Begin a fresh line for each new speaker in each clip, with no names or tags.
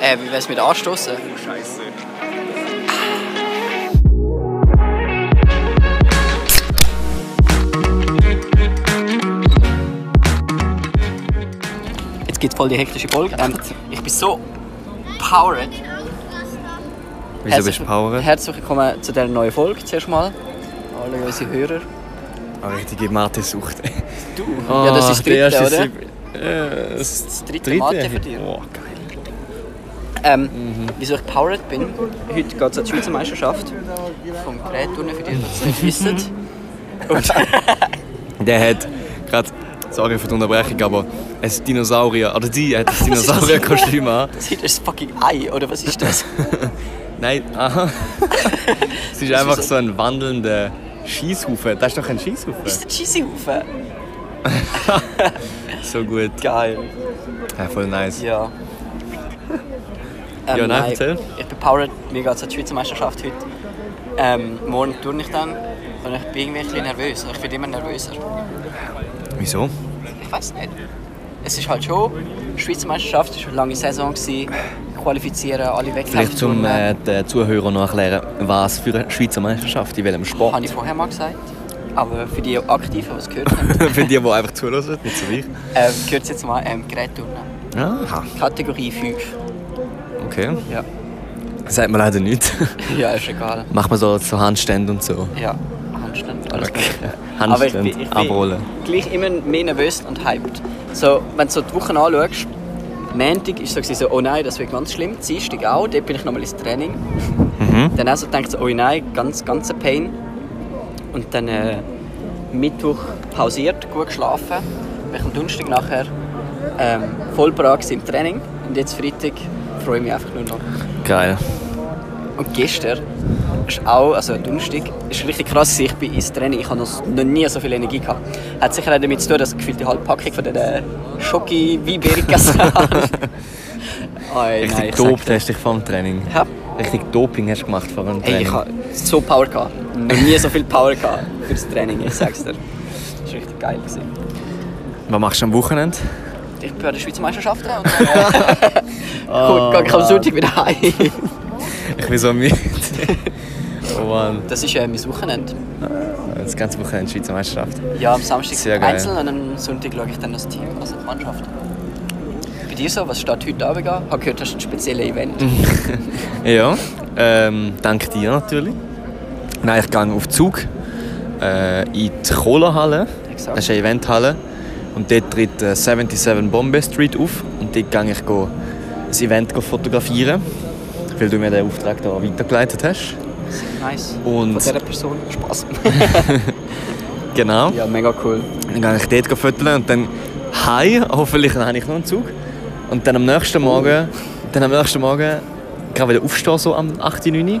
Äh, wie wär's mit Anstoßen?
Scheiße.
Jetzt gibt's voll die hektische Folge. Ähm, ich bin so powered.
Wieso bist du Power?
Herzlich willkommen zu dieser neuen Folge zuerst mal. Alle unsere Hörer.
Eine richtige Mathe-Sucht.
Du?
Ah,
ja, das ist das dritte, oder?
Äh, das, das
dritte Mathe für dich.
Oh, geil.
Ähm,
Mhm.
Wieso ich powered bin, heute geht es an die Schweizer Meisterschaft vom Gerätturnen, für die, die es nicht wissen.
Mhm. Der hat gerade, sorry für die Unterbrechung, aber ein Dinosaurier, oder die hat ein Dinosaurierkostüm an.
Sieht das fucking Ei, oder was ist das?
Nein, aha. es ist einfach so ein wandelnder Schießhaufen. Das ist doch ein
Das
Schießhaufen.
ist der Cheesy-Haufen.
So gut.
Geil.
Ja, voll nice.
Ja. Ähm,
Ja, nein, erzähl.
Ich bin powered, mir geht es an die Schweizer Meisterschaft heute. Ähm, morgen turne ich dann und ich bin irgendwie ein bisschen nervös. Ich werde immer nervöser.
Wieso?
Ich weiß nicht. Es ist halt schon, die Schweizer Meisterschaft war eine lange Saison, gewesen. qualifizieren, alle weg.
Vielleicht zum äh,
ähm,
den Zuhörern noch erklären, was für eine Schweizer Meisterschaft, in welchem
Habe
Sport.
ich vorher mal gesagt. Aber für die Aktiven, die es gehört haben,
für die, die einfach zuhören, nicht so wie ich.
ähm, gehört es jetzt mal ähm, Gerätturnen.
Aha,
Kategorie 5.
okay.
Ja.
Sagt mir leider nichts.
Ja, ist egal.
Macht man so, so Handstände und so.
Ja, Handstand. Alles
Okay.
Mögliche. Aber ich
Handstand,
bin, ich
abrollen.
bin gleich immer mehr nervös und hyped. So, wenn du so die Woche anschaust, Montag war so, gewesen, so, oh nein, das wird ganz schlimm. Dienstag auch, dort bin ich nochmal ins Training.
Mhm.
Dann auch so denkt so, oh nein, ganz, ganz ein Pain. Und dann äh, Mittwoch pausiert, gut geschlafen. Bin ich am Donnerstag nachher ähm, voll bereit gewesen im Training. Und jetzt Freitag freue ich mich einfach nur noch.
Geil.
Und gestern ist auch, also Donnerstag, ist richtig krass. gewesen. Ich bin ins Training, ich habe noch noch nie so viel Energie gehabt. Hat sicher auch damit zu tun, dass ich gefühlt die halbe Packung von diesen Schoki Weinbeeren gegessen habe. oh, ey, nein,
Richtig
ich sag
dopt
dir.
hast du dich vor dem Training.
Ja.
Richtig Doping hast du gemacht vor dem Training.
Ey, ich habe so Power gehabt. Noch nie so viel Power gehabt fürs Training, ich sag's dir. Das war richtig geil. Gewesen.
Was machst du am Wochenende?
Ich bin an der Schweizer Meisterschaft dran und dann äh, gehe ich am Sonntag wieder heim.
Ich bin so müde. oh Mann.
Das ist äh, mein Wochenende.
Das ganze Wochenende Schweizer Meisterschaft.
Ja, am Samstag
Sehr geil.
einzeln und am Sonntag schaue ich dann das Team, also die Mannschaft. Bei dir so, was steht heute Abend an? Ich habe gehört, du hast ein spezielles Event.
Mhm. Ja, ähm, danke dir natürlich. Nein, ich gehe auf Zug äh, in die Kohlehalle.
Exakt.
Das ist eine Eventhalle. Und dort tritt äh, 77 Bombay Street auf. Und dort gehe ich go das Event go fotografieren, weil du mir den Auftrag da weitergeleitet hast.
Nice. Von
Und-
dieser Person. Spaß.
Genau.
ja, mega cool.
Dann gehe ich dort fütteln und dann heim. Hoffentlich dann habe ich noch einen Zug. Und dann am nächsten Morgen, dann am nächsten Morgen kann ich wieder aufstehen, so am 8. 9.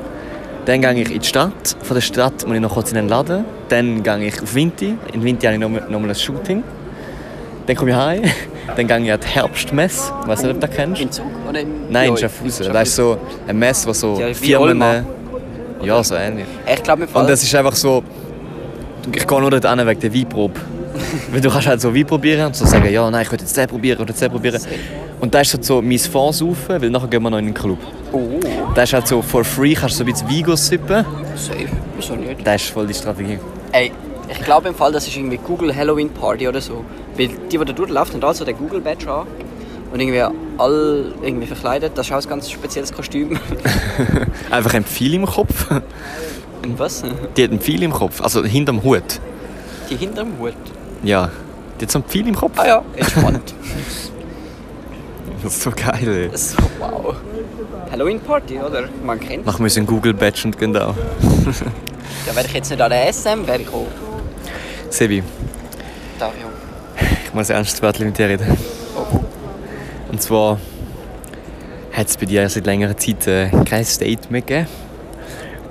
Dann gehe ich in die Stadt. Von der Stadt muss ich noch kurz in den Laden. Dann gehe ich auf Vinti. In Vinti habe ich nochmal noch mal ein Shooting. Dann komme ich heim. Dann gehe ich an die Herbstmesse. Ich weiß nicht, ob du das kennst.
In Zug oder im
Nein, in
Ja,
Schaffhausen. Das ist so eine Messe, wo so
Ja, wie Olma.
Firmen... Ja, so ähnlich.
Ich glaube, mir
Und
Fall.
das ist einfach so. Ich gehe nur dort hin wegen der Weinprobe. Weil du kannst halt so Wein probieren und so sagen, ja, nein, ich würde jetzt den probieren oder den probieren. Und das ist halt so mein Vorsaufen, weil nachher gehen wir noch in den Club.
Oh,
Das ist halt so for free, kannst du so ein bisschen Wein go sippen.
safe. Wieso nicht?
Das ist voll die Strategie.
Ey, ich glaube im Fall, das ist irgendwie Google Halloween Party oder so. Weil die, die da durchlaufen, haben alle so den Google Badge an. Und irgendwie alle irgendwie verkleidet. Das ist auch ein ganz spezielles Kostüm.
Einfach ein Pfeil im Kopf.
Und was?
Die hat einen Pfeil im Kopf, also hinterm Hut.
Die hinterm Hut.
Ja. Die hat so einen Pfeil im Kopf.
Ah ja, entspannt.
Das ist so geil, ey.
So, wow. Halloween Party, oder? Man kennt.
Machen wir uns einen Google-Badge und gehen da.
Ja, wäre ich jetzt nicht an der SM, wäre ich auch
Sebi,
Dario.
ich muss ein ernstes Wörtchen mit dir reden.
Oh,
Und zwar hat es bei dir seit längerer Zeit äh, kein Statement gegeben.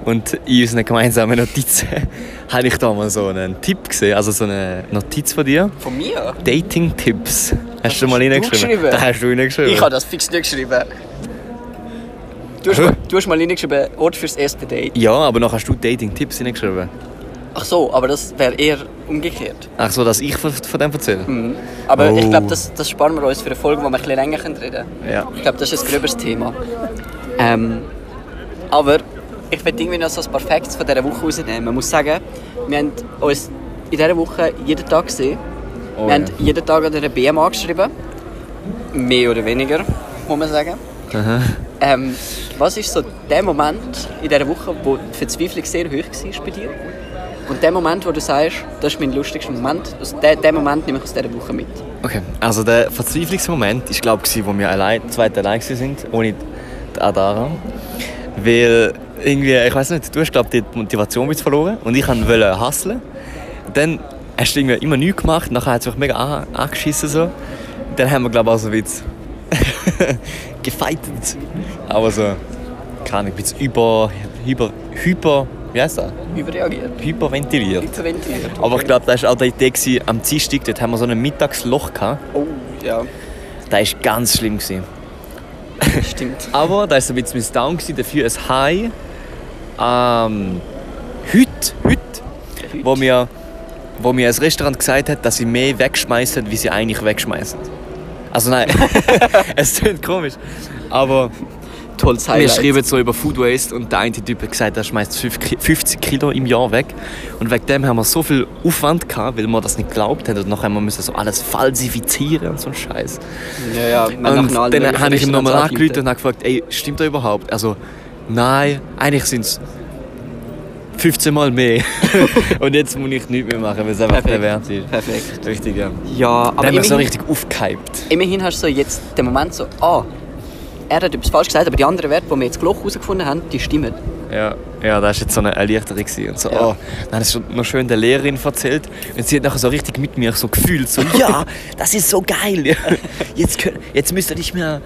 Und in unseren gemeinsamen Notizen habe ich da mal so einen Tipp gesehen, also so eine Notiz von dir.
von mir?
Dating-Tipps. Hast du mal
hast du
reingeschrieben?
geschrieben?
Da hast du reingeschrieben.
Ich habe das fix nicht geschrieben. Du hast,
Hä?
mal, du hast mal reingeschrieben, Ort fürs erste Date.
ja, aber noch hast du Dating-Tipps reingeschrieben.
Ach so, aber das wäre eher umgekehrt.
Ach so, dass ich von, von dem erzähle?
Aber
Oh.
ich glaube, das, das sparen wir uns für eine Folge, wo wir ein bisschen länger können reden können.
Ja.
Ich glaube, das ist ein gröberes Thema. Ähm, aber ich will irgendwie noch so ein paar Facts von dieser Woche rausnehmen. Man muss sagen, wir haben uns in dieser Woche jeden Tag gesehen.
Oh,
wir haben
ja.
jeden Tag an einer BM angeschrieben. Mehr oder weniger, muss man sagen. Ähm, was ist so der Moment in dieser Woche, wo die Verzweiflung sehr hoch war bei dir? Und der Moment, wo du sagst, das ist mein lustigster Moment, also den, den Moment nehme ich aus dieser Woche mit.
Okay, also der Verzweiflungsmoment, ich glaube, wo wir allein, zweit allein gewesen sind, ohne die Adara. Weil irgendwie, ich weiß nicht, du hast glaube die Motivation ein bisschen verloren und ich wollte hustlen. Dann hast du irgendwie immer nichts gemacht, nachher hat es mich mega an- angeschissen. So. Dann haben wir glaube auch so ein bisschen gefeitet. Aber so, keine Ahnung, ein bisschen über, über, hyper, wie heißt das?
Überreagiert.
Hyperventiliert.
Hyperventiliert.
Aber ich glaube, das war auch die Idee gewesen, am Dienstag, dort haben wir so ein Mittagsloch gehabt.
Oh, ja,
Das war ganz schlimm. Gewesen.
stimmt.
Aber da war ein bisschen mein Down, gewesen, dafür ein High. Ähm, heute, heute, wo mir, wo mir ein Restaurant gesagt hat, dass sie mehr wegschmeißen, wie sie eigentlich wegschmeißen. Also nein, es klingt komisch. Aber
Tolles
wir
Highlight.
schreiben so über Food Waste und der eine Typ hat gesagt, er schmeißt 50 Kilo im Jahr weg. Und wegen dem haben wir so viel Aufwand gehabt, weil wir das nicht geglaubt haben. Und nachher haben wir müssen so alles falsifizieren und so einen Scheiß.
Ja, ja, wir haben
Und
nach allen
dann
möglichen
habe ich ihm nochmal
Restaurants
angerufen und habe gefragt, ey, stimmt das überhaupt? Also, nein, eigentlich sind es 15 Mal mehr. und jetzt muss ich nichts mehr machen, weil es einfach der Wert ist.
Perfekt.
Richtig, ja.
Ja, aber
dann haben wir
immerhin,
so richtig aufgehypt.
immerhin hast du so jetzt den Moment so, ah, er hat etwas falsch gesagt, aber die anderen Werte, die wir jetzt gleich herausgefunden haben, die stimmen.
Ja, ja, das war jetzt so eine Erleichterung. gewesen. Und so,
Ja.
oh, dann hat es noch schön der Lehrerin erzählt. Und sie hat nachher so richtig mit mir so gefühlt, so, ja, das ist so geil. Jetzt, könnt, jetzt müsst ihr nicht mehr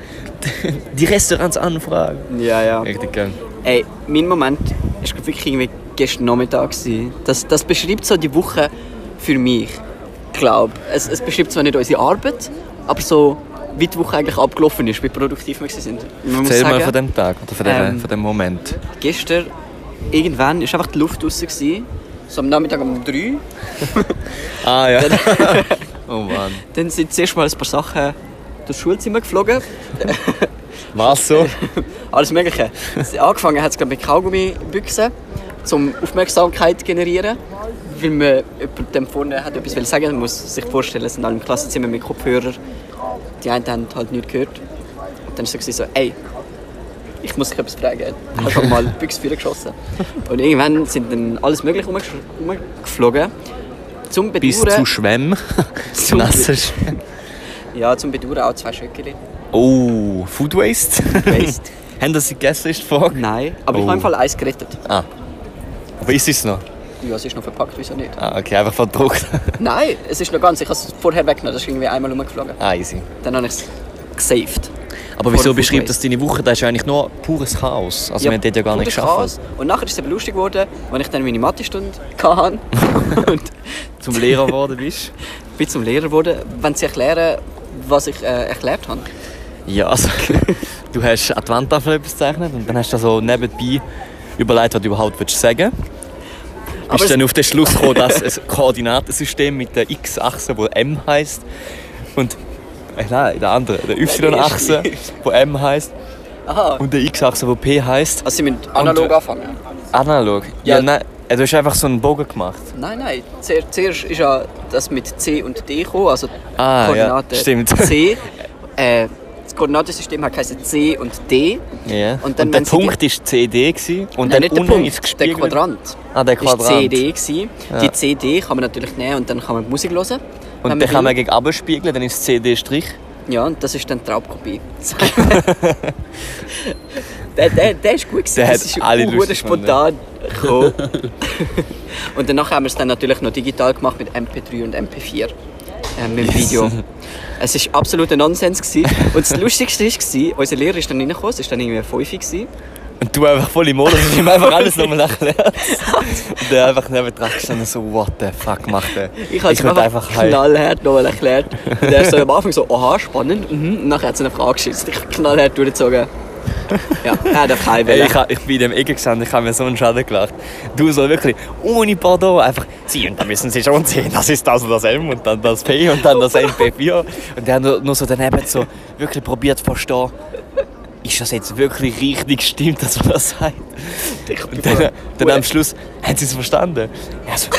die Restaurants anfragen.
Ja, ja.
Richtig geil.
Ey, mein Moment ist glaub wirklich irgendwie gestern Nachmittag. gewesen. Das, das beschreibt so die Woche für mich. Ich glaube, es, es beschreibt zwar nicht unsere Arbeit, aber so, wie die Woche eigentlich abgelaufen ist, wie produktiv wir gewesen sind. Man
Erzähl mal von dem Tag oder von dem,
ähm,
von dem Moment.
gestern irgendwann war einfach die Luft raus. Gewesen, so am Nachmittag um 3
Ah ja. oh Mann.
Dann sind zuerst mal ein paar Sachen durchs Schulzimmer geflogen.
Was so?
Alles Mögliche. Es- Angefangen hat es glaub, mit Kaugummibüchsen, um Aufmerksamkeit zu generieren. Weil man jemandem vorne hat etwas will sagen man muss sich vorstellen, es sind alle im Klassenzimmer mit Kopfhörer. Die einen haben halt nichts gehört. Und dann war es so, ey, ich muss dich etwas fragen. Ich habe mal die Büchse geschossen. Und irgendwann sind dann alles Mögliche rumgesch- rumgeflogen. Zum Bedauern.
Bis zu Schwemm.
Zum-
Nasser Schwemm.
ja, zum Bedauern auch zwei Schöckchen.
Oh, Food Waste.
Waste.
Haben das die gegessen ist vor?
Nein, aber ich
Oh.
habe im Fall eins gerettet.
Ah. Aber ist es noch?
Ja, es ist noch verpackt, wieso nicht?
Ah, okay, einfach verdruckt.
Nein, es ist noch ganz. Ich habe es vorher weggenommen, das ist irgendwie einmal rumgeflogen.
ah, easy.
Dann habe ich es gesaved.
Aber
Vor
wieso
Food
beschreibt
Waste.
das deine Woche? Das ist ja eigentlich nur pures Chaos. Also wir haben dort ja gar
pures
nicht geschafft.
Chaos. Und nachher ist es eben lustig geworden, als ich dann meine Mathestunde hatte und
Zum Lehrer geworden bist.
bin zum Lehrer wurde, wenn sie erklären, was ich äh, erklärt habe.
Ja, also du hast an die Wandtafel etwas gezeichnet und dann hast du so nebenbei überlegt, was du überhaupt willst sagen willst.
Aber
Bist
es-
dann auf den Schluss gekommen, dass ein Koordinatensystem mit der X-Achse, wo M heißt, und äh, nein, der andere, der Y-Achse, wo M heißt,
Aha.
und der X-Achse, wo P heißt,
Also sie müssen analog
Und, äh,
anfangen.
analog. Ja,
Ja.
nein, äh, du hast einfach so einen Bogen gemacht.
Nein, nein. Zuer- Zuerst ist ja das mit C und D gekommen, also die
Ah, ja,
Koordinate
stimmt.
C. Äh, das Koordinatensystem hat geheißen C und D.
Ja.
Und dann,
der
wenn sie
Punkt war CD gewesen,
Nein,
und dann
nicht der
unten ist
Punkt, der
gespiegelt.
Quadrant.
Ah, der
Das war
Quadrant.
CD. gewesen.
Ja.
Die CD kann man natürlich nehmen und dann kann man die Musik hören. wenn
Und dann kann
will.
man gegen runter spiegeln, dann ist CD-Strich.
Ja, und das ist dann die Raubkopie. der, der, der ist gut gewesen.
Der
das
hat
ist
alle
auch
lustig
spontan gekommen. und danach haben wir es dann natürlich noch digital gemacht mit MP3 und MP4. Äh, mit dem
Yes.
Video. Es war absoluter Nonsens. Gewesen. Und das Lustigste war, unser Lehrer ist dann reingekommen, es war dann irgendwie ein Fünfi. gewesen.
Und du einfach voll im Modus und ihm einfach alles nochmal erklärt. Und der einfach neben dran gestanden so, what the fuck macht der?
Ich habe es
würd
einfach,
heim.
knallhart nochmal erklärt. Und er ist so am Anfang so, aha, spannend. Mhm. Und nachher hat es ihn einfach angeschissen. Ich habe knallhart durchgezogen. Ja, nein, darf kein
Ey,
wählen.
ich, hab- ich bin in dem Ecke gestanden, ich habe mir so einen Schaden gelacht. Du so wirklich ohne Pardon einfach sie und dann müssen sie schon sehen, das ist das und das M und dann das P und dann das MP4. Und dann nur, nur so daneben so wirklich probiert zu verstehen, ist das jetzt wirklich richtig stimmt, dass man das sagt? Und dann, dann am Schluss haben sie es verstanden. Ja, so,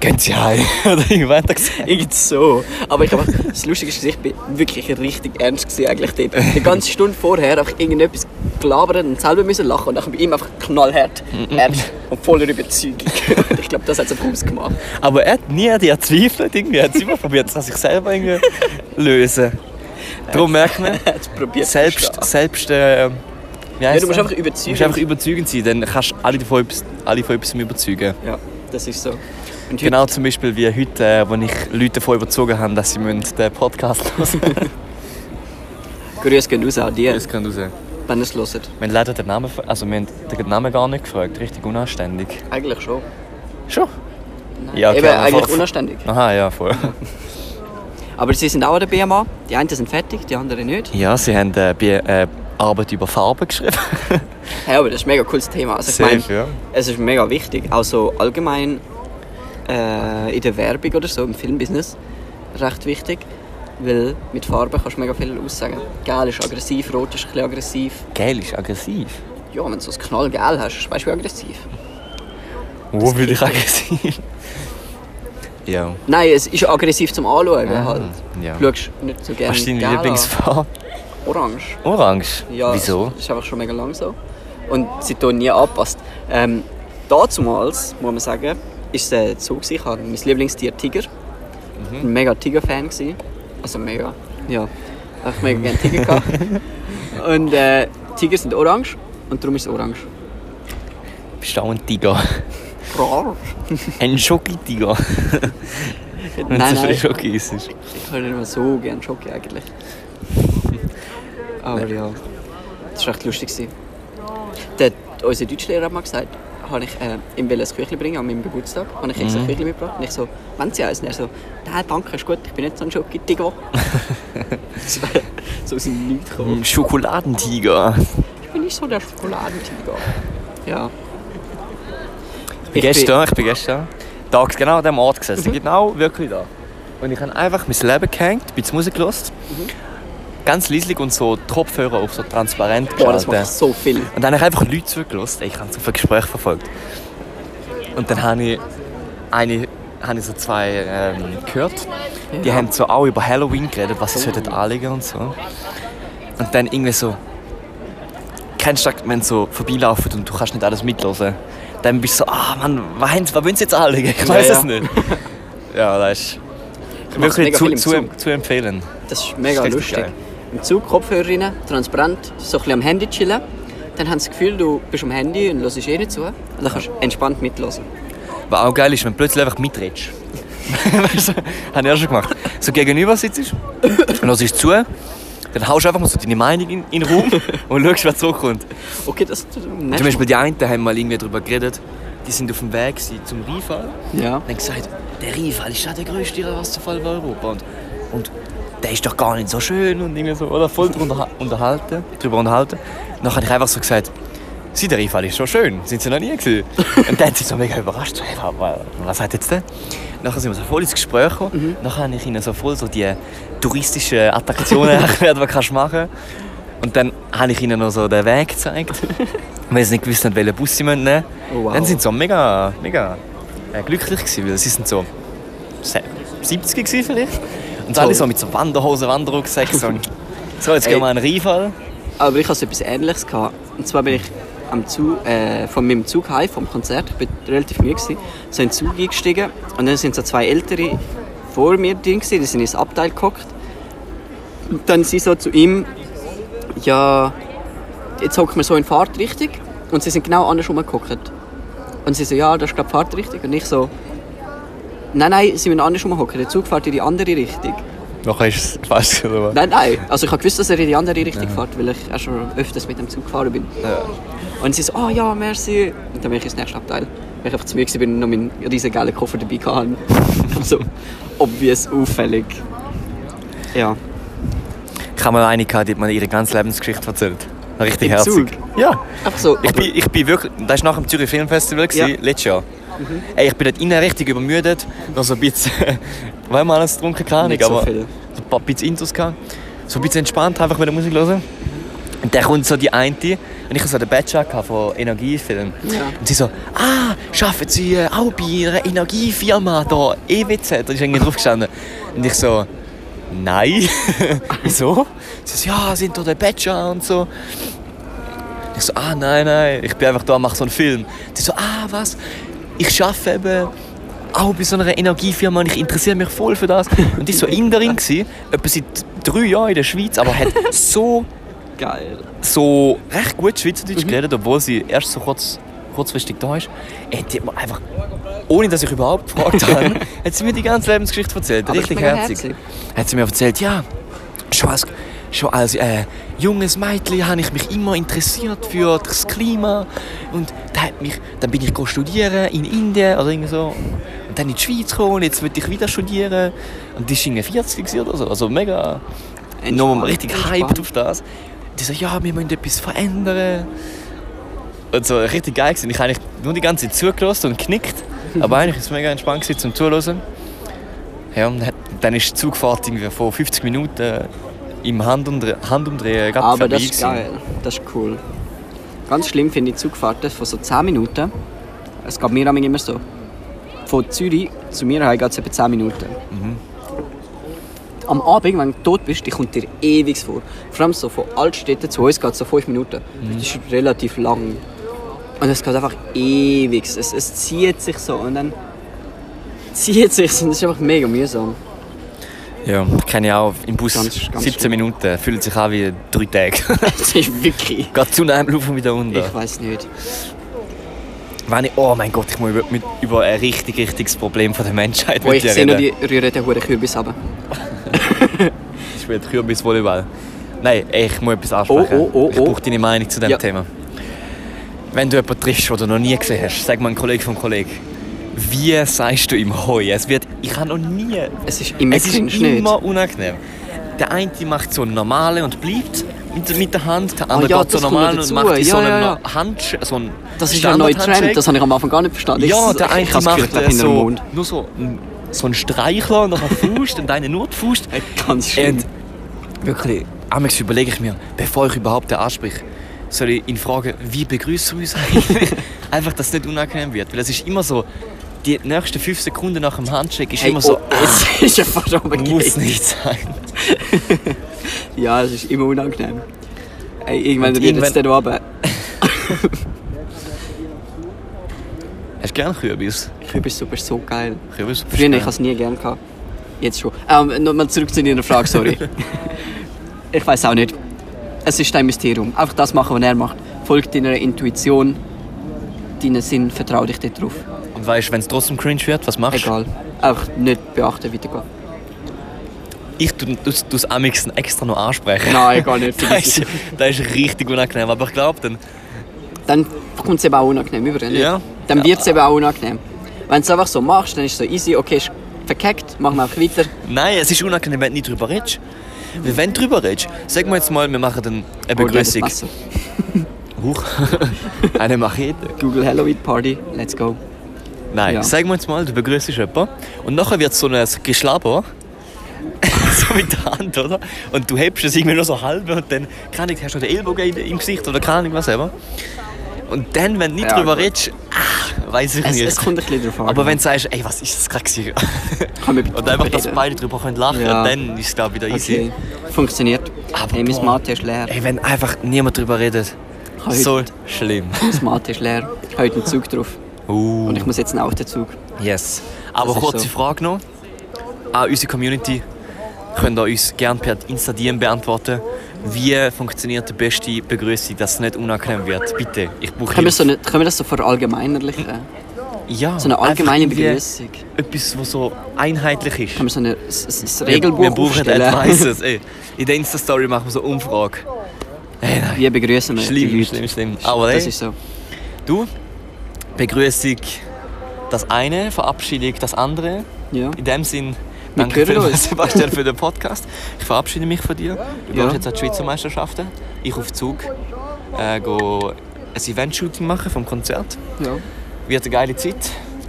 gehen sie heim. Oder irgendwann hat er gesagt.
Irgend so. Aber ich hab, das Lustige ist, ich bin wirklich richtig ernst gewesen eigentlich dort. Die ganze Stunde vorher habe ich irgendetwas gelabert und selber müssen lachen und dann bin ich ihm einfach knallhart ernst und voller Überzeugung. Und ich glaube, das hat es einfach ausgemacht.
Aber er hat nie an dir gezweifelt. Irgendwie er hat es immer probiert, das sich selber irgendwie lösen. Darum merkt man,
Er hat probiert zu
selbst,
verstehen.
selbst äh, wie
Ja,
heisst
du musst
das?
einfach
Du
überzeugen.
musst einfach überzeugend sein, dann kannst du alle von etwas, alle von etwas überzeugen.
ja, das ist so. Und heute-
Genau zum Beispiel wie heute, äh, wo ich Leute davon überzogen habe, dass sie müssen den Podcast hören müssen.
Grüße gehen raus an dir,
kann raus. Wir
wenn ihr es hört.
haben leider den Namen, ver- also wir haben den Namen gar nicht gefragt. Richtig unanständig.
Eigentlich schon.
Schon? Ja,
Eben,
klar,
eigentlich
voll-
unanständig.
Aha, ja, voll.
Aber sie sind auch an der BMA. Die einen sind fertig, die anderen nicht.
Ja, sie haben äh, bei, äh, Arbeit über Farbe geschrieben.
Hey, aber das ist ein mega cooles Thema. Also, ich mein,
ja.
Es ist mega wichtig, auch so allgemein äh, in der Werbung oder so, im Filmbusiness, recht wichtig, weil mit Farben kannst du mega viel aussagen. Gel ist aggressiv, rot ist ein bisschen aggressiv.
Geil, ist aggressiv.
Ja, wenn du so ein Knallgel hast, ist weißt du, wie aggressiv.
Wo will ich aggressiv? ja.
Nein, es ist aggressiv zum Anschauen halt.
Ah, ja.
Du schaust nicht so gerne
Was ist deine
Gel an.
Lieblingsfarbe?
Orange.
Orange.
Ja,
Wieso?
Das ist einfach schon mega lang so. Und sie tun nie angepasst. Ähm, dazumals, muss man sagen, ist es äh, so gewesen, ich habe mein Lieblingstier Tiger.
Mhm.
Ich war ein mega Tiger-Fan. gewesen. Also mega, ja. Ich mega gerne Tiger. gehabt. und äh, Tiger sind orange und darum ist es orange.
Bist du auch ein Tiger?
Rar.
Ein Schoki-Tiger?
Nein,
Wenn es so
nein,
viel
ich
Schoki ist. ist-
würde nicht mehr so gerne Schoki eigentlich. Aber ja, das war recht lustig. gewesen. Der, unser Deutschlehrer hat mal gesagt, habe ich äh, ihm wollte ein Küchli bringen an meinem Geburtstag. Habe ich extra
Mhm.
ein Küchli mitgebracht. Und ich so, wenn sie eins? Und er so, nein, danke, ist gut, ich bin nicht so ein Schoki-Tigo. Das wär so aus dem Nichts gekommen.
Ein Schokoladentiger.
Ich bin nicht so der Schokoladentiger. Ja.
Ich bin gestern, ich bin gestern da genau an dem Ort gesessen,
Mhm.
genau wirklich da. Und ich habe einfach mein Leben gehängt, bin zur Musik gelost,
Mhm.
ganz leislich und so die Kopfhörer auf so transparent
Boah, das macht
geschaltet.
so viel.
Und dann habe ich einfach Leute zugelassen. Ich habe so viele Gespräche verfolgt. Und dann habe ich, eine, habe ich so zwei ähm, gehört. Die haben so auch über Halloween geredet, was sie sollten anlegen und so. Und dann irgendwie so. Kennst du, das, wenn sie so vorbeilaufen und du kannst nicht alles mitlesen? Dann bist du so, ah Mann, was, haben sie- was wollen sie jetzt anlegen? Ich
Ja,
weiß
ja.
es nicht. ja, das ist
mach's
wirklich
mega
zu,
viel im
zu,
Zug.
zu empfehlen.
Das ist mega
Das ist richtig
lustig.
geil.
Im Zug Kopfhörer rein, transparent, so ein bisschen am Handy chillen. Dann haben sie das Gefühl, du bist am Handy und hörst eh nicht zu. Und dann kannst du entspannt mitlassen.
Was auch geil ist, wenn du plötzlich einfach mitredest. weißt du, habe ich auch schon gemacht. So gegenüber sitzt und hörst zu, dann haust du einfach mal so deine Meinung in, in den Raum und schaust, was zurückkommt.
Okay, das tut mir
Zum Beispiel die einen haben mal irgendwie darüber geredet, die sind auf dem Weg gewesen zum Rheinfall
Ja.
und haben gesagt, der Rheinfall ist ja der grösste Wasserfall in Europa und, und der ist doch gar nicht so schön und irgendwie so, oder? Voll drunter unterhalten, drüber unterhalten. Und dann habe ich einfach so gesagt, Sie, der Rheinfall ist schon schön, sind Sie noch nie gewesen? und dann hat sie so mega überrascht, so, hey, wa- wa- was hat jetzt der? Nachher sind wir so voll ins Gespräch gekommen, nachher habe ich ihnen so voll so die touristischen Attraktionen erklärt, was kannst du machen und dann habe ich ihnen noch so den Weg gezeigt, weil sie nicht gewusst haben, welchen Bus sie nehmen müssen.
Oh, wow.
Dann sind sie so mega, mega äh, glücklich gewesen, weil sie sind so se- 70 gewesen vielleicht. Und so alle so mit so Wanderhosen, Wanderrucksäcken. So, so, jetzt
Ey.
gehen wir an den Rheinfall.
Aber ich hatte so etwas Ähnliches. Gehabt. Und zwar bin ich am Zug, äh, von meinem Zug heim, vom Konzert, ich bin relativ müde, gewesen, so in den Zug eingestiegen. Und dann sind so zwei Ältere vor mir drin, gewesen, die sind ins Abteil gehockt. Und dann sie so zu ihm, ja, jetzt hocken wir so in Fahrtrichtung. Und sie sind genau andersrum gehockt. Und sie so, ja, das ist glaube Fahrtrichtung. Und ich so, nein, nein, sie müssen andersrum hocken, der Zug fährt in die andere Richtung.
Nachher ist es fast so.
Nein, nein. Also ich habe gewusst, dass er in die andere Richtung fährt, weil ich auch schon öfters mit dem Zug gefahren bin. Und sie so, ah ja, merci. Und dann bin ich ins nächste Abteil. Weil ich einfach zu müde war und noch meinen riesen gelben Koffer dabei hatte. so obvious, auffällig. Ja.
Ich habe mal eine gehabt, die hat mir ihre ganze Lebensgeschichte erzählt. Richtig
Im
herzig.
Zug?
Ja.
Einfach so.
Ich bin, ich bin wirklich, das war nach dem Zürich Film Festival, gewesen,
Ja. Mhm.
letztes Jahr. Ey, ich bin dort innen richtig übermüdet, noch so ein bisschen, weil man alles getrunken kann,
Nicht so
aber
viel.
so ein paar bisschen Intus gehabt. So ein bisschen entspannt, einfach mit der Musik hören. Und dann kommt so die eine, und ich habe so den Badge angehabt von Energiefilm.
Ja.
Und sie so, ah, arbeiten Sie äh, auch bei einer Energiefirma da, E EWZ? Da ist irgendwie drauf gestanden. Und ich so, nein, wieso? Sie so, ja, sind doch der Badge an und so. Ich so, ah nein, nein, ich bin einfach da und mache so einen Film. Sie so, ah was, ich arbeite eben auch bei so einer Energiefirma und ich interessiere mich voll für das. Und ich so Inderin, gewesen, etwa seit drei Jahren in der Schweiz, aber hat so,
Geil.
so recht gut
Mhm.
Schweizerdeutsch geredet, obwohl sie erst so kurz, kurzfristig da ist. Ey, die hat mir einfach, ohne dass ich überhaupt gefragt habe, hat sie mir die ganze Lebensgeschichte erzählt.
Aber
Richtig
ist mega
herzig.
herzig.
Hat sie mir erzählt, ja, schon als, schon als äh, junges Mädchen habe ich mich immer interessiert für das Klima und da hat mich, dann bin ich go studieren in Indien oder irgendwie so und dann in die Schweiz gekommen und jetzt will ich wieder studieren und die ist irgendwie 40 gewesen oder so, also mega, nochmal richtig hyped auf das. Die so, ja, wir müssen etwas verändern und so richtig geil gewesen. Ich habe eigentlich nur die ganze Zeit zugelassen und genickt, aber eigentlich war es mega entspannt gewesen zum Zuhören. Ja, und hat- dann ist die Zugfahrt irgendwie vor 50 Minuten äh, im Handumdre Handumdrehen gerade
Aber
vorbei
das ist
gewesen.
geil. Das ist cool. Ganz schlimm finde ich Zugfahrten von so 10 Minuten. Es geht mir manchmal immer so. Von Zürich zu mir heim geht es etwa 10 Minuten.
Mhm.
Am Abend, wenn du tot bist, die kommt dir ewig vor. Vor allem so von Altstädten zu uns geht es so 5 Minuten.
Mhm.
Das ist relativ lang. Und es geht einfach ewig. Es, es zieht sich so und dann zieht sich und das ist einfach mega mühsam.
Ja, kenne ich auch im Bus.
Ganz- ganz
17
schlimm.
Minuten, fühlt sich an wie drei Tage.
Das ist wirklich...
Geht zu einem Lauf und wieder runter.
Ich weiß nicht.
Wenn ich, oh mein Gott, ich muss über, mit, über ein richtig, richtiges Problem von der Menschheit
Wo ich
dir
sehe nur
reden.
die rühren den Huren Kürbis runter.
Ich will Kürbis Volleyball. Nein, ey, ich muss etwas ansprechen.
Oh, oh, oh,
ich
oh.
brauche deine Meinung zu diesem
Ja.
Thema. Wenn du jemanden triffst, den du noch nie gesehen hast, sag mal einen Kollegen vom Kollegen, wie sagst du ihm Hoi? Es wird, ich habe noch nie...
Es ist immer
es ist
cringe, nicht?
immer unangenehm. Der eine macht so einen normalen und bleibt mit, mit der Hand, der andere
Ah ja,
geht so
das kommt
normal
noch
und
dazu.
macht
Ja,
so einen
ja, ja.
no- Handsch so einen
Das ist ja ein neuer Trend,
Standard-Handshake.
das habe ich am Anfang gar nicht verstanden.
Ja,
Ich-
der
ich-
eine
ich hab's gehört,
macht
glaub,
äh,
hinter dem
so,
Mond.
nur so, einen- so einen Streichler und dann einen Faust und einen nur die Faust. äh,
Ganz schön.
Und wirklich, manchmal überlege ich mir, bevor ich überhaupt den anspreche, soll ich ihn fragen, wie begrüßen wir uns eigentlich? Einfach, dass es nicht unangenehm wird. Weil es ist immer so, die nächsten fünf Sekunden nach dem Handshake ist
Hey,
immer so, äh,
oh, es ist einfach schon mal
muss
geil.
nicht sein.
Ja, es ist immer unangenehm. Ey, irgendwann
Und
wird es
irgendwann-
dann runter.
Hast du gerne Kürbis?
Kürbissuppe ist so geil.
Kürbis?
Früher, ich habe es nie gern gehabt. Jetzt schon. Ähm, nochmal zurück zu deiner Frage, sorry. ich weiß auch nicht. Es ist ein Mysterium. Einfach das machen, was er macht. Folgt deiner Intuition, deinen Sinn, vertraue dich dort drauf.
Und weißt du, wenn es trotzdem cringe wird, was machst du?
Egal. Einfach nicht beachten, weitergehen.
Ich tue es am liebsten extra noch ansprechen.
Nein, gar nicht.
Das ist, das ist richtig unangenehm, aber ich glaube dann...
dann kommt es eben auch unangenehm über. Nicht?
Ja.
Dann wird es eben auch unangenehm. Wenn du es einfach so machst, dann ist es so easy, okay, ist verkackt, machen wir einfach weiter.
Nein, es ist unangenehm, wenn du nicht drüber redest. Weil wenn du drüber redest, sag mal jetzt mal, wir machen dann eine
Oh, das ist
Begrüßung.
besser.
Huch. Eine Machete.
Google Halloween Party, let's go.
Nein,
Ja.
sag mal jetzt mal, du begrüßt jemanden und nachher wird so ein Geschlabber. so mit der Hand, oder? Und du hebst es irgendwie nur so halb und dann kann ich, hast du den Ellbogen in- im Gesicht oder keine Ahnung was eben. Und dann, wenn du nicht
Ja,
drüber
gut.
redest, ah, weiß ich
Es,
nicht.
es kommt ein bisschen drauf an.
aber wenn du sagst, ey, was ist das gerade? gewesen?
Kann man bitte
und einfach, dass
reden?
beide drüber können lachen
Ja.
und dann ist es, glaube ich, wieder easy.
okay. funktioniert.
Aber
hey, mein
boah.
Mate ist leer.
Ey, wenn einfach niemand drüber redet.
Heute.
So schlimm.
Mein Mate ist leer. Ich habe heute einen Zug drauf.
Uh,
Und ich muss jetzt auch den Zug.
yes. Aber
ist
kurze
so.
Frage noch an unsere Community. Könnt ihr uns gerne per Insta-DM beantworten. Wie funktioniert die beste Begrüßung, dass es nicht unangenehm wird? Bitte, ich brauche
Können wir, so
Hilfe.
eine, können wir das so verallgemeinerlichen?
ja,
So eine allgemeine
einfach irgendwie
Begrüßung. Können
Etwas, was so einheitlich ist.
wir so ein s- s- s-
Wir-
Regelbuch
Wir brauchen
aufstellen?
Advices. Ey, in der Insta-Story machen wir so eine Umfrage. Ey, nein.
Wie begrüßen wir die
Schlimm,
Leute?
schlimm, schlimm. Aber
das
ey,
ist so.
Du, Begrüßung das eine, Verabschiedung das andere.
Ja.
In dem Sinn, danke
hören
für
uns.
Sebastian für den Podcast. Ich verabschiede mich von dir. Du
Ja.
gehst jetzt an die Schweizer Meisterschaften. Ich auf Zug. äh, go ein Event-Shooting machen vom Konzert.
Ja.
Wird eine geile Zeit.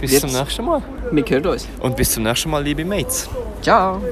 Bis
Wird's.
zum nächsten Mal.
Wir hören uns.
Und bis zum nächsten Mal, liebe Mates.
Ciao.